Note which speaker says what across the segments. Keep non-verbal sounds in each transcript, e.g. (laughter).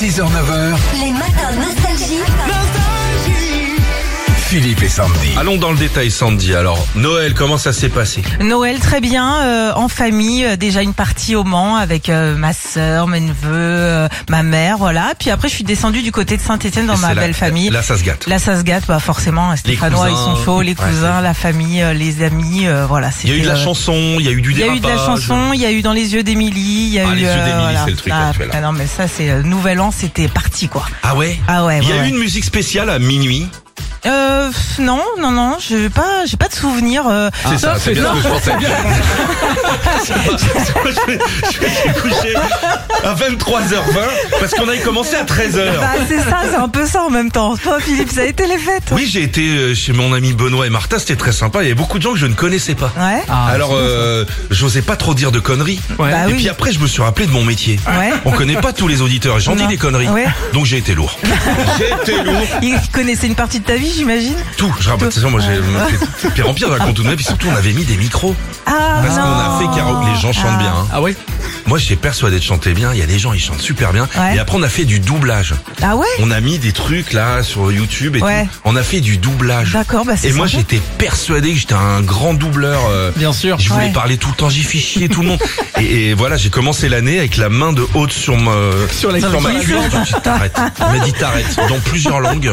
Speaker 1: 6h, 9h,
Speaker 2: Les matins nostalgie.
Speaker 1: Philippe et Sandy.
Speaker 3: Allons dans le détail, Sandy. Alors, Noël, comment ça s'est passé
Speaker 4: Noël très bien euh, en famille euh, déjà une partie au Mans avec euh, ma sœur, mes neveux, euh, ma mère voilà. Puis après je suis descendue du côté de Saint-Étienne dans
Speaker 3: C'est
Speaker 4: ma
Speaker 3: là-
Speaker 4: belle famille.
Speaker 3: Là, ça se gâte.
Speaker 4: Là ça se gâte bah forcément les Stéphanois
Speaker 3: cousins.
Speaker 4: ils sont chauds, les
Speaker 3: Ouais,
Speaker 4: cousins, la famille, euh, les amis euh, voilà,
Speaker 3: Il y a eu de la
Speaker 4: c'était, euh,
Speaker 3: chanson, il y a eu du
Speaker 4: il y a
Speaker 3: dérapage.
Speaker 4: eu de la chanson, il y a eu dans les yeux d'Émilie, il y a
Speaker 3: Ah,
Speaker 4: eu
Speaker 3: Les Yeux d'Émilie,
Speaker 4: voilà.
Speaker 3: c'est le truc
Speaker 4: ah,
Speaker 3: actuel.
Speaker 4: ah non mais ça c'est euh, nouvel an, c'était parti quoi.
Speaker 3: Ah ouais
Speaker 4: Ah ouais.
Speaker 3: Il y
Speaker 4: ouais,
Speaker 3: a
Speaker 4: ouais.
Speaker 3: eu une musique spéciale à minuit.
Speaker 4: Euh, pff, non, non, non, j'ai pas, j'ai pas de souvenir. euh,
Speaker 3: C'est ça, Ah, c'est bien ce que je pensais.
Speaker 4: (laughs)
Speaker 3: C'est pas- c'est pas- je me suis couché à 23h20 parce qu'on avait commencé à 13h.
Speaker 4: bah, c'est ça, c'est un peu ça en même temps. Toi, Philippe, ça a été les fêtes.
Speaker 3: Oui, j'ai été euh, chez mon ami Benoît et Martha, c'était très sympa. Il y avait beaucoup de gens que je ne connaissais pas.
Speaker 4: Ouais.
Speaker 3: Alors, euh, j'osais pas trop dire de conneries.
Speaker 4: Ah Bah
Speaker 3: et
Speaker 4: oui.
Speaker 3: puis après, je me suis rappelé de mon métier.
Speaker 4: Ouais.
Speaker 3: On connaît pas tous les auditeurs et j'en dis
Speaker 4: Non.
Speaker 3: des conneries.
Speaker 4: Ouais.
Speaker 3: Donc j'ai été
Speaker 4: (laughs)
Speaker 3: lourd. j'ai été lourd.
Speaker 4: Il connaissait une partie de ta vie, j'imagine.
Speaker 3: Tout. Je raconte, c'est ça, moi, j'ai.
Speaker 4: (laughs)
Speaker 3: Pire en pire, je raconte tout de même. Puis surtout, on avait mis des micros.
Speaker 4: Ah
Speaker 3: Parce qu'on a
Speaker 4: non.
Speaker 3: fait karaoké. Les gens chantent bien. Ah ouais Moi, j'ai persuadé de chanter bien. Il y a des gens, ils chantent super bien.
Speaker 4: Ouais.
Speaker 3: Et après, on a fait du doublage.
Speaker 4: Ah ouais.
Speaker 3: On a mis des trucs là sur YouTube et
Speaker 4: Ouais.
Speaker 3: tout. On a fait du doublage.
Speaker 4: D'accord, bah c'est
Speaker 3: Et moi,
Speaker 4: sympa.
Speaker 3: j'étais persuadé que j'étais un grand doubleur. euh,
Speaker 5: Bien sûr.
Speaker 3: Je voulais
Speaker 4: Ouais.
Speaker 3: parler tout le temps, j'ai fait chier tout le
Speaker 4: (laughs)
Speaker 3: monde. et, et voilà, j'ai commencé l'année avec la main de haute sur ma
Speaker 5: Sur la
Speaker 3: ma
Speaker 5: cuisse.
Speaker 3: cuisse. Je me suis dit, t'arrêtes. Il m'a dit t'arrêtes dans plusieurs langues.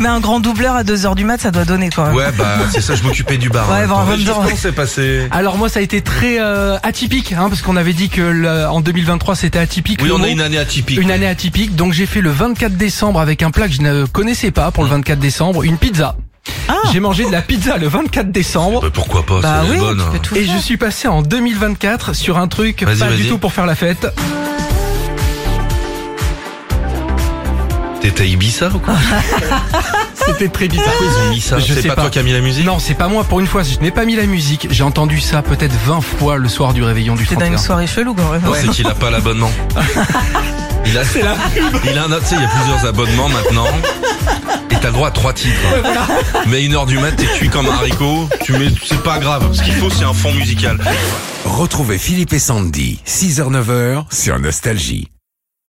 Speaker 4: Mais un grand doubleur à 2 heures du mat, ça doit donner quand même.
Speaker 3: Ouais, bah c'est ça, je m'occupais du bar.
Speaker 4: Ouais,
Speaker 3: hein.
Speaker 4: bah, en
Speaker 3: Mais
Speaker 4: même
Speaker 3: juste
Speaker 4: temps. Ah,
Speaker 3: Comment c'est passé
Speaker 5: Alors moi ça a été très euh, atypique hein, parce qu'on avait dit que le- en 2023 c'était atypique.
Speaker 3: Oui,
Speaker 5: le
Speaker 3: on
Speaker 5: mot.
Speaker 3: a une année atypique.
Speaker 5: Une année atypique. Donc j'ai fait le 24 décembre avec un plat que je ne connaissais pas
Speaker 3: Hum.
Speaker 5: pour le 24 décembre, une pizza. J'ai mangé de la pizza le 24 décembre.
Speaker 3: Bah, pourquoi pas,
Speaker 4: Bah
Speaker 3: c'est
Speaker 4: oui,
Speaker 3: bonne. hein.
Speaker 4: tu peux tout
Speaker 5: Et
Speaker 4: faire.
Speaker 5: je suis passé en 2024 sur un truc
Speaker 3: Vas-y,
Speaker 5: pas
Speaker 3: vas-y.
Speaker 5: du tout pour faire la fête.
Speaker 3: T'étais à Ibiza ou quoi
Speaker 5: C'était très bizarre.
Speaker 3: Pourquoi
Speaker 4: Ah,
Speaker 3: ils ont mis ça
Speaker 5: Je
Speaker 3: C'est
Speaker 5: sais
Speaker 3: pas,
Speaker 5: pas.
Speaker 3: toi qui as mis la musique
Speaker 5: Non, c'est pas moi pour une fois, je n'ai pas mis la musique. J'ai entendu ça peut-être 20 fois le soir du réveillon du
Speaker 4: T'es dans
Speaker 5: 31.
Speaker 4: une soirée chelou quand même.
Speaker 3: Non, c'est qu'il a pas l'abonnement. Il a, il a un autre, tu sais, il y a plusieurs abonnements maintenant. Et t'as le droit à trois titres. hein. Mais à une heure du mat, t'es cuit comme un haricot. Tu mets, c'est pas grave. Ce qu'il faut, c'est un fond musical.
Speaker 1: Retrouvez Philippe et Sandy, 6h, 9h sur Nostalgie.